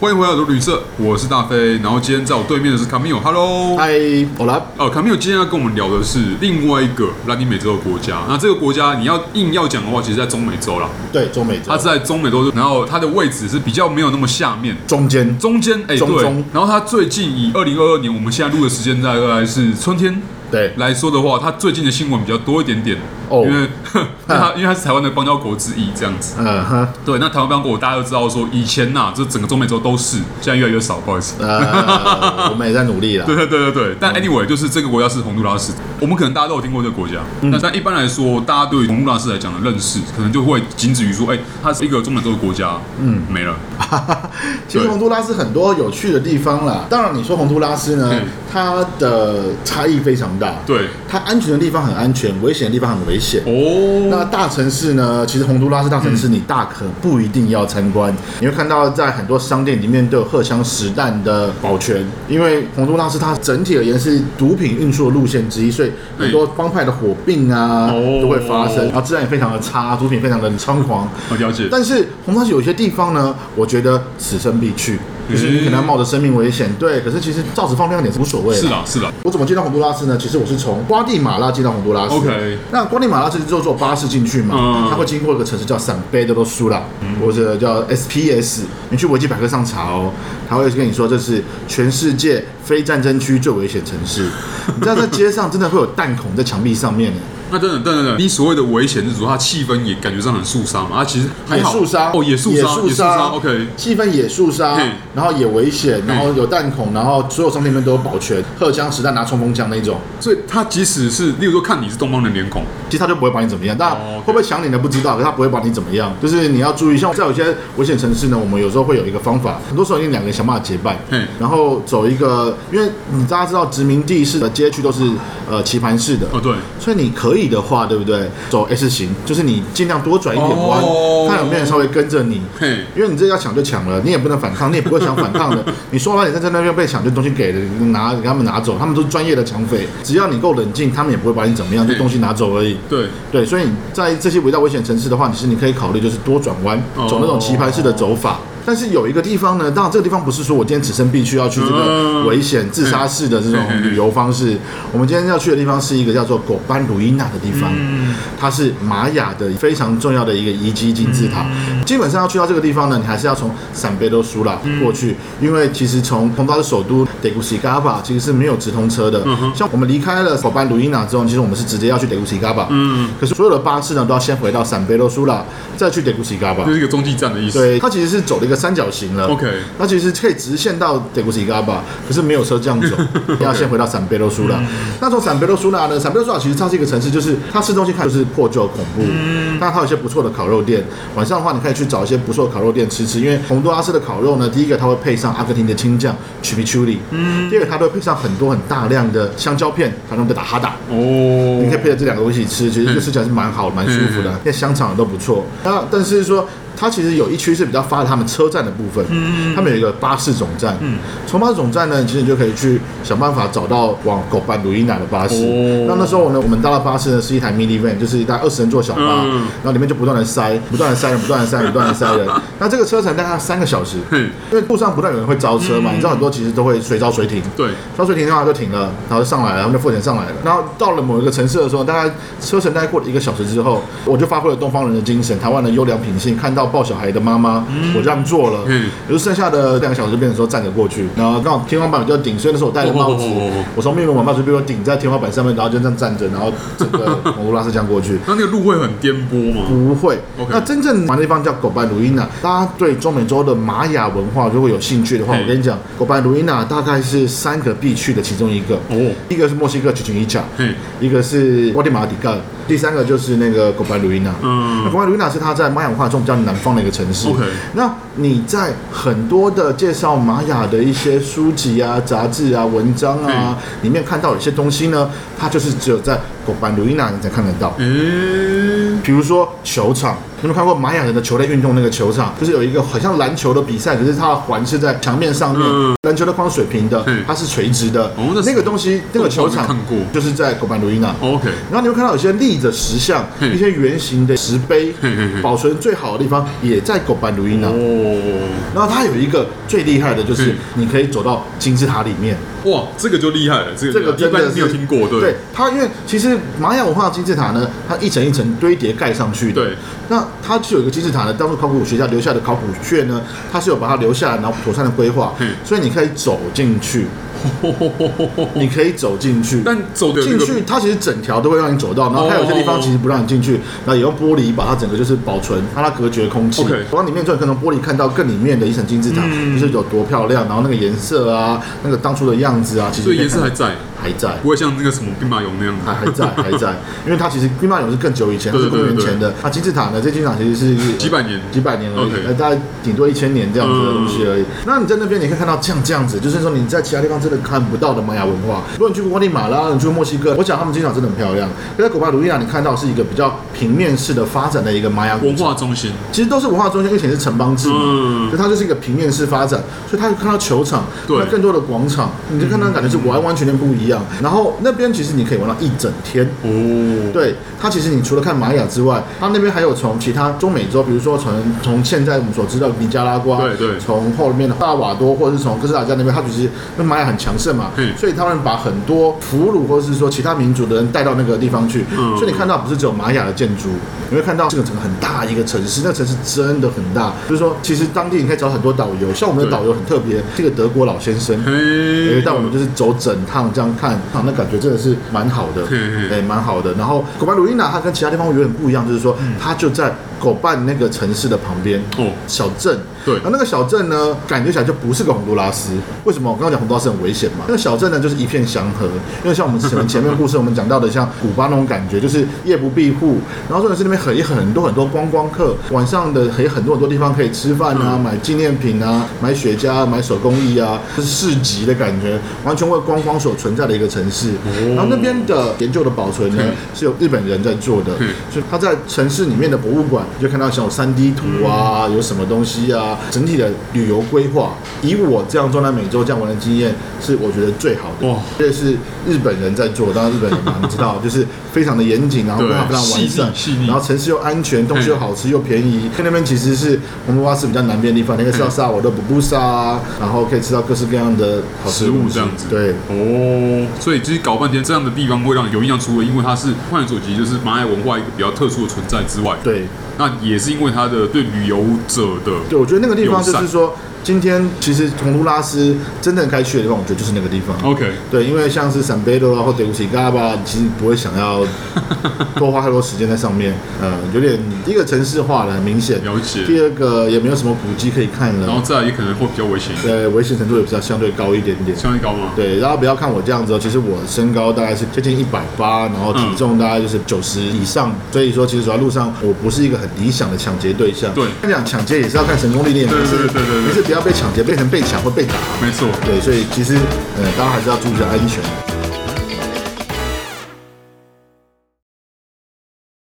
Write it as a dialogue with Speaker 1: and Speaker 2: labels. Speaker 1: 欢迎回到旅社，我是大飞。然后今天在我对面的是卡米 o h e l l o
Speaker 2: 嗨，欧拉，
Speaker 1: 哦，卡米尔今天要跟我们聊的是另外一个拉丁美洲的国家。那这个国家你要硬要讲的话，其实在中美洲啦，
Speaker 2: 对，中美洲，
Speaker 1: 它是在中美洲，然后它的位置是比较没有那么下面，
Speaker 2: 中间，
Speaker 1: 中间哎、
Speaker 2: 中
Speaker 1: 对
Speaker 2: 中。
Speaker 1: 然后它最近以二零二二年我们现在录的时间大概是春天
Speaker 2: 对，
Speaker 1: 来说的话，它最近的新闻比较多一点点，
Speaker 2: 哦
Speaker 1: 因为它因为它是台湾的邦交国之一这样子。
Speaker 2: 嗯哼，
Speaker 1: 对，那台湾邦交国大家都知道说，以前呐、这整个中美洲都是，现在越来越少，不好意思。
Speaker 2: 呃，我们也在努力啦。
Speaker 1: 对对对对对，但 anyway，就是这个国家是洪都拉斯，我们可能大家都有听过这个国家，那但一般来说，大家对于洪都拉斯来讲的认识，可能就会仅止于说，哎，它是一个中美洲的国家，嗯，没了，
Speaker 2: 其实
Speaker 1: 对
Speaker 2: 洪都拉斯很多有趣的地方啦。当然，你说洪都拉斯呢
Speaker 1: 嗯，
Speaker 2: 它的差异非常大。，
Speaker 1: 对，
Speaker 2: 它安全的地方很安全，危险的地方很危险。那
Speaker 1: 哦，
Speaker 2: 大城市呢？其实洪都拉斯大城市，你大可不一定要参观。你会看到，在很多商店里面都有荷枪实弹的保全，因为洪都拉斯它整体而言是毒品运输的路线之一，所以很多帮派的火并啊
Speaker 1: 哦
Speaker 2: 都会发生，然后治安也非常的差，毒品非常的猖狂。
Speaker 1: 我哦了解，
Speaker 2: 但是洪都拉斯有些地方呢，我觉得此生必去，就是你可能要冒着生命危险，对。可是其实照此放亮点是无所谓
Speaker 1: 是。啦是啦，
Speaker 2: 我怎么进到洪都拉斯呢？其实我是从瓜地马拉进到洪都拉斯。
Speaker 1: OK
Speaker 2: 那瓜地马拉是就坐巴士进去嘛，
Speaker 1: 嗯
Speaker 2: 它会经过一个城市叫 San Pedro Sula，、或者叫 SPS。你去维基百科上查哦，它会跟你说这是全世界非战争区最危险城 市。你知道在街上真的会有弹孔在墙壁上面呢。
Speaker 1: 那等等等等等，你所谓的危险是说它气氛也感觉上很肃杀嘛，啊，其实还
Speaker 2: 野
Speaker 1: 好，
Speaker 2: 树沙
Speaker 1: 哦，野树
Speaker 2: 野
Speaker 1: 杀，
Speaker 2: 树
Speaker 1: 野树杀，OK，
Speaker 2: 气氛野树沙
Speaker 1: 嗯，
Speaker 2: 然后也危险，然后有弹孔，然后所有商店里面都有保全，荷枪实弹拿冲锋枪那种。
Speaker 1: 所以他即使是，例如说看你是东方人脸孔，
Speaker 2: 其实他就不会把你怎么样，但
Speaker 1: 哦，OK
Speaker 2: 会不会抢你的不知道，可是他不会把你怎么样，就是你要注意。像在有些危险城市呢，我们有时候会有一个方法，很多时候一定两个人想办法结伴
Speaker 1: 嗯，
Speaker 2: 然后走一个，因为你大家知道殖民地式的街区都是呃棋盘式的，
Speaker 1: 哦，对，
Speaker 2: 所以你可以的话，对不对？走 S 型，就是你尽量多转一点弯
Speaker 1: 哦，
Speaker 2: 看有没有人稍微跟着你。
Speaker 1: 嘿，
Speaker 2: 因为你这要抢就抢了，你也不能反抗，你也不会想反 抗的。你说完你站在那边被抢，就东西给了，你拿给他们拿走，他们都是专业的抢匪，只要你够冷静，他们也不会把你怎么样，就东西拿走而已。
Speaker 1: 对，
Speaker 2: 对，所以你在这些围绕危险城市的话，你是你可以考虑就是多转弯
Speaker 1: 哦，
Speaker 2: 走那种棋盘式的走法。但是有一个地方呢，当然这个地方不是说我今天此生必去要去这
Speaker 1: 嗯
Speaker 2: 个危险自杀式的这种
Speaker 1: 嘿嘿嘿
Speaker 2: 旅游方式。我们今天要去的地方是一个叫做狗班鲁伊纳的地方，
Speaker 1: 嗯
Speaker 2: 它是玛雅的非常重要的一个遗迹金字
Speaker 1: 嗯
Speaker 2: 塔。基本上要去到这个地方呢，你还是要从散贝多苏拉
Speaker 1: 嗯
Speaker 2: 过去，因为其实从蓬巴的首都德古西嘎巴其实是没有直通车的。
Speaker 1: 嗯
Speaker 2: 像我们离开了狗班鲁伊纳之后，其实我们是直接要去德古西嘎巴。
Speaker 1: 嗯，
Speaker 2: 可是所有的巴士呢，都要先回到散贝罗苏拉，再去德古西嘎巴
Speaker 1: 这。是一个中继站的意思
Speaker 2: 对，它其实是走了一个三角形了。
Speaker 1: ，OK，
Speaker 2: 它其实可以直线到德古西嘎巴，可是没有车这样走，要先回到散贝罗苏拉。那从散贝罗苏拉呢？散贝罗苏拉其实它是一个城市，就是它市中心看就是破旧恐怖，但它有一些不错的烤肉店。晚上的话，你可以去找一些不错的烤肉店吃吃，因为洪都拉斯的烤肉呢，第一个它会配上阿根廷的青酱 chimichurri，第二个它都会配上很多很大量的香蕉片，反正的打哈达。
Speaker 1: 哦，
Speaker 2: 你可以配着这两个东西吃，其实就吃起来是蛮好、蛮舒服的
Speaker 1: 嗯。
Speaker 2: 那香肠也都不错。那但是说，它其实有一区是比较发达他们车站的部
Speaker 1: 嗯
Speaker 2: 分，他们有一个巴士总站。从巴士总站呢，其实你就可以去想办法找到往狗班鲁伊纳的巴士
Speaker 1: 哦。
Speaker 2: 那那时候呢，我们搭的巴士呢是一台 minivan，就是一台二十人座小巴
Speaker 1: 嗯，
Speaker 2: 然后里面就不断的塞， 不断的塞人，不断的塞人，不断的塞 人。那这个车程大概三个小时，
Speaker 1: 嘿，
Speaker 2: 因为路上不断有人会招车嘛，你知道很多其实都会随招随停。
Speaker 1: 嗯对，
Speaker 2: 烧水停的话就停了，然后就上来了，他们就付钱上来了。然后到了某一个城市的时候，大概车程大概过了一个小时之后，我就发挥了东方人的精神，台湾的优良品性，看到抱小孩的妈妈，我让座了。
Speaker 1: 嗯
Speaker 2: 也就剩下的两个小时就变成说站着过去，然后刚好天花板比较顶，所以那时候我戴着帽子
Speaker 1: 哦哦哦哦哦，
Speaker 2: 我从面容往帽子被我顶在天花板上面，然后就这样站着，然后整个蒙古拉斯这样过去。
Speaker 1: 那那个路会很颠簸吗？
Speaker 2: 不会
Speaker 1: OK
Speaker 2: 那真正玩的地方叫狗班鲁伊纳。大家对中美洲的玛雅文化如果有兴趣的话，
Speaker 1: 嗯
Speaker 2: 我跟你讲，狗班鲁伊纳大概是三个必去的其中一个。
Speaker 1: 哦，
Speaker 2: 一个是墨西哥曲群伊卡，
Speaker 1: 嘿，
Speaker 2: 一个是瓜地马拉底干，第三个就是那个狗班鲁伊纳。
Speaker 1: 嗯
Speaker 2: 那狗班鲁伊纳是它在玛雅文化中比较南方的一个城市。
Speaker 1: ，OK，
Speaker 2: 那你在很多的介绍玛雅的一些书籍啊、杂志啊、文章啊里面看到有些东西呢，它就是只有在狗班鲁伊纳你才看得到。
Speaker 1: 诶，
Speaker 2: 比如说球场，你们看过玛雅人的球类运动那个球场，就是有一个好像篮球的比赛，可是它的环是在墙面上面，
Speaker 1: 嗯
Speaker 2: 篮球的框是水平的
Speaker 1: 嗯，
Speaker 2: 它是垂直的。
Speaker 1: 哦那是
Speaker 2: 那个东西，那个
Speaker 1: 我
Speaker 2: 球场
Speaker 1: 好像看过
Speaker 2: 就是在狗班鲁伊纳。
Speaker 1: OK，
Speaker 2: 然后你会看到有些立着石像，
Speaker 1: 嘿
Speaker 2: 一些圆形的石碑
Speaker 1: 嘿嘿嘿，
Speaker 2: 保存最好的地方也在狗班鲁伊纳。
Speaker 1: 哦，
Speaker 2: 然后它有一个最厉害的就是
Speaker 1: 嗯，
Speaker 2: 你可以走到金字塔里面。
Speaker 1: 哇，这个就厉害了，这个
Speaker 2: 这
Speaker 1: 厉
Speaker 2: 个
Speaker 1: 害
Speaker 2: 真
Speaker 1: 一
Speaker 2: 的
Speaker 1: 般
Speaker 2: 是
Speaker 1: 你有听过对？
Speaker 2: 对它，因为其实玛雅文化的金字塔呢，它一层一层堆叠盖上去的。
Speaker 1: 对，
Speaker 2: 那它就有一个金字塔呢，当初考古学家留下的考古卷呢，它是有把它留下来，然后妥善的规划
Speaker 1: 嗯，
Speaker 2: 所以你可以走 进去，
Speaker 1: 对，
Speaker 2: 你可以走进去，
Speaker 1: 但走的
Speaker 2: 进
Speaker 1: 这个
Speaker 2: 去，它其实整条都会让你走到，然后它有些地
Speaker 1: 哦
Speaker 2: 方其实不让你进去，然后也用玻璃把它整个就是保存，让它隔绝空气。
Speaker 1: OK 嗯
Speaker 2: 往里面之后，你可能玻璃看到更里面的一层金字塔，就是有多漂亮，然后那个颜色啊，那个当初的样子啊，其实
Speaker 1: 所以
Speaker 2: 可以
Speaker 1: 颜色
Speaker 2: 看
Speaker 1: 还在，
Speaker 2: 还在。
Speaker 1: 不会像那个什么兵马俑那样子
Speaker 2: 啊还。还在还在，因为它其实兵马俑是更久以前，它
Speaker 1: 对
Speaker 2: 是公元
Speaker 1: 对对
Speaker 2: 前的。那金字塔呢？这金字塔其实是
Speaker 1: 几百年
Speaker 2: 几百年而已
Speaker 1: OK，嗯
Speaker 2: 呃，大概顶多一千年这样子的东西而已。那你在那边你可以看到像这样子，就是说你在其他地方真的看不到的玛雅文化。如果你去过瓜地马拉，你去过墨西哥，我想他们金字塔真的很漂亮。可在古巴卢伊亚，你看到是一个比较平面式的发展的一个玛雅古
Speaker 1: 文
Speaker 2: 城
Speaker 1: 化中心，
Speaker 2: 其实都是文化中心，因为以前是城邦制嘛，
Speaker 1: 嗯
Speaker 2: 所以它就是一个平面式发展，所以它就看到球场，
Speaker 1: 对嗯
Speaker 2: 那更多的广场，你就看到感觉是完完全全不一样。然后那边其实你可以玩到一整天，
Speaker 1: 哦，
Speaker 2: 对它其实你除了看玛雅之外，它那边还有从其他中美洲，比如说从从现在我们所知道的尼加拉瓜，
Speaker 1: 对对
Speaker 2: 从后面的萨尔瓦多或者是从哥斯达黎加那边，它其实那玛雅很强盛嘛
Speaker 1: 嗯，
Speaker 2: 所以他们把很多俘虏或者是说其他民族的人带到那个地方去，
Speaker 1: 嗯
Speaker 2: 所以你看到不是只有玛雅的建筑，你会看到这个整个很大一个城市，那个城市真的很大，就是说其实当地你可以找很多导游，像我们的
Speaker 1: 对
Speaker 2: 导游很特别，这个德国老先生，
Speaker 1: 嘿
Speaker 2: 对，，但我们就是走整趟这样看，啊，那感觉真的是蛮好的
Speaker 1: 嘿嘿，
Speaker 2: 对，蛮好的。然后狗伴鲁伊纳它跟其他地方有点不一样，就是说它就在狗伴那个城市的旁边。
Speaker 1: 哦，
Speaker 2: 小镇，
Speaker 1: 对
Speaker 2: 然后那个小镇呢，感觉起来就不是个洪都拉斯。为什么？我刚刚讲洪都拉斯很危险嘛。那个小镇呢，就是一片祥和，因为像我们前前面故事我们讲到的，像古巴那种感觉，就是夜不闭户。然后重点是那边很也很多很多观光客，晚上的也很多很多地方可以吃饭啊，买纪念品啊，买雪茄、啊，买手工艺啊，就是市集的感觉，完全为观光所存在的一个城市。然后那边的研究的保存呢
Speaker 1: 嗯，
Speaker 2: 是由日本人在做的
Speaker 1: 嗯，
Speaker 2: 所以他在城市里面的博物馆，你就看到像有三 D 图
Speaker 1: 嗯
Speaker 2: 啊，有什么东西啊，整体的旅游规划，以我这样中南美洲这样玩的经验，是我觉得最好的
Speaker 1: 哇。
Speaker 2: 这是日本人在做，当然日本人嘛，你知 道，就是非常的严谨，啊然后
Speaker 1: 对
Speaker 2: 非常非常完善
Speaker 1: 细腻细腻，嗯
Speaker 2: 然后城市又安全，东西又好吃又便宜。那边其实是洪都拉斯比较南边的地方，
Speaker 1: 嗯
Speaker 2: 你可以吃到萨瓦多布布沙啊，然后可以吃到各式各样的好吃
Speaker 1: 食
Speaker 2: 的
Speaker 1: 物
Speaker 2: 东西
Speaker 1: 这样子
Speaker 2: 对。
Speaker 1: 哦，所以其实搞半天这样的地方会让有印象，除了因为它是换言所及，就是玛雅文化一个比较特殊的存在之外，
Speaker 2: 对，
Speaker 1: 那也是因为它的对旅游者的
Speaker 2: 对，我觉得那个地方就
Speaker 1: 友
Speaker 2: 是
Speaker 1: 善
Speaker 2: 说，今天其实洪都拉斯真正该去的地方，我觉得就是那个地方。
Speaker 1: OK
Speaker 2: 对，因为像是闪贝多啊或德古西嘎巴，其实不会想要多花太多时间在上面。呃，有点第一个城市化了，很明显；
Speaker 1: 了解，
Speaker 2: 第二个也没有什么古迹可以看
Speaker 1: 然
Speaker 2: 了
Speaker 1: 后，再来也可能会比较危险，
Speaker 2: 对，危险程度也比较相对高一点点。
Speaker 1: 相对高吗？
Speaker 2: 对，然后不要看我这样子哦，其实我身高大概是接近一百八，然后体重大概就是九十以上，所以说其实走在路上我不是一个很理想的抢劫对象。
Speaker 1: 对
Speaker 2: 跟你讲抢劫也是要看成功历练，
Speaker 1: 对对对对对对
Speaker 2: 就是不要被抢劫变成被抢或被打。
Speaker 1: 没错。
Speaker 2: 对，所以其实呃，大家还是要注意一下安全。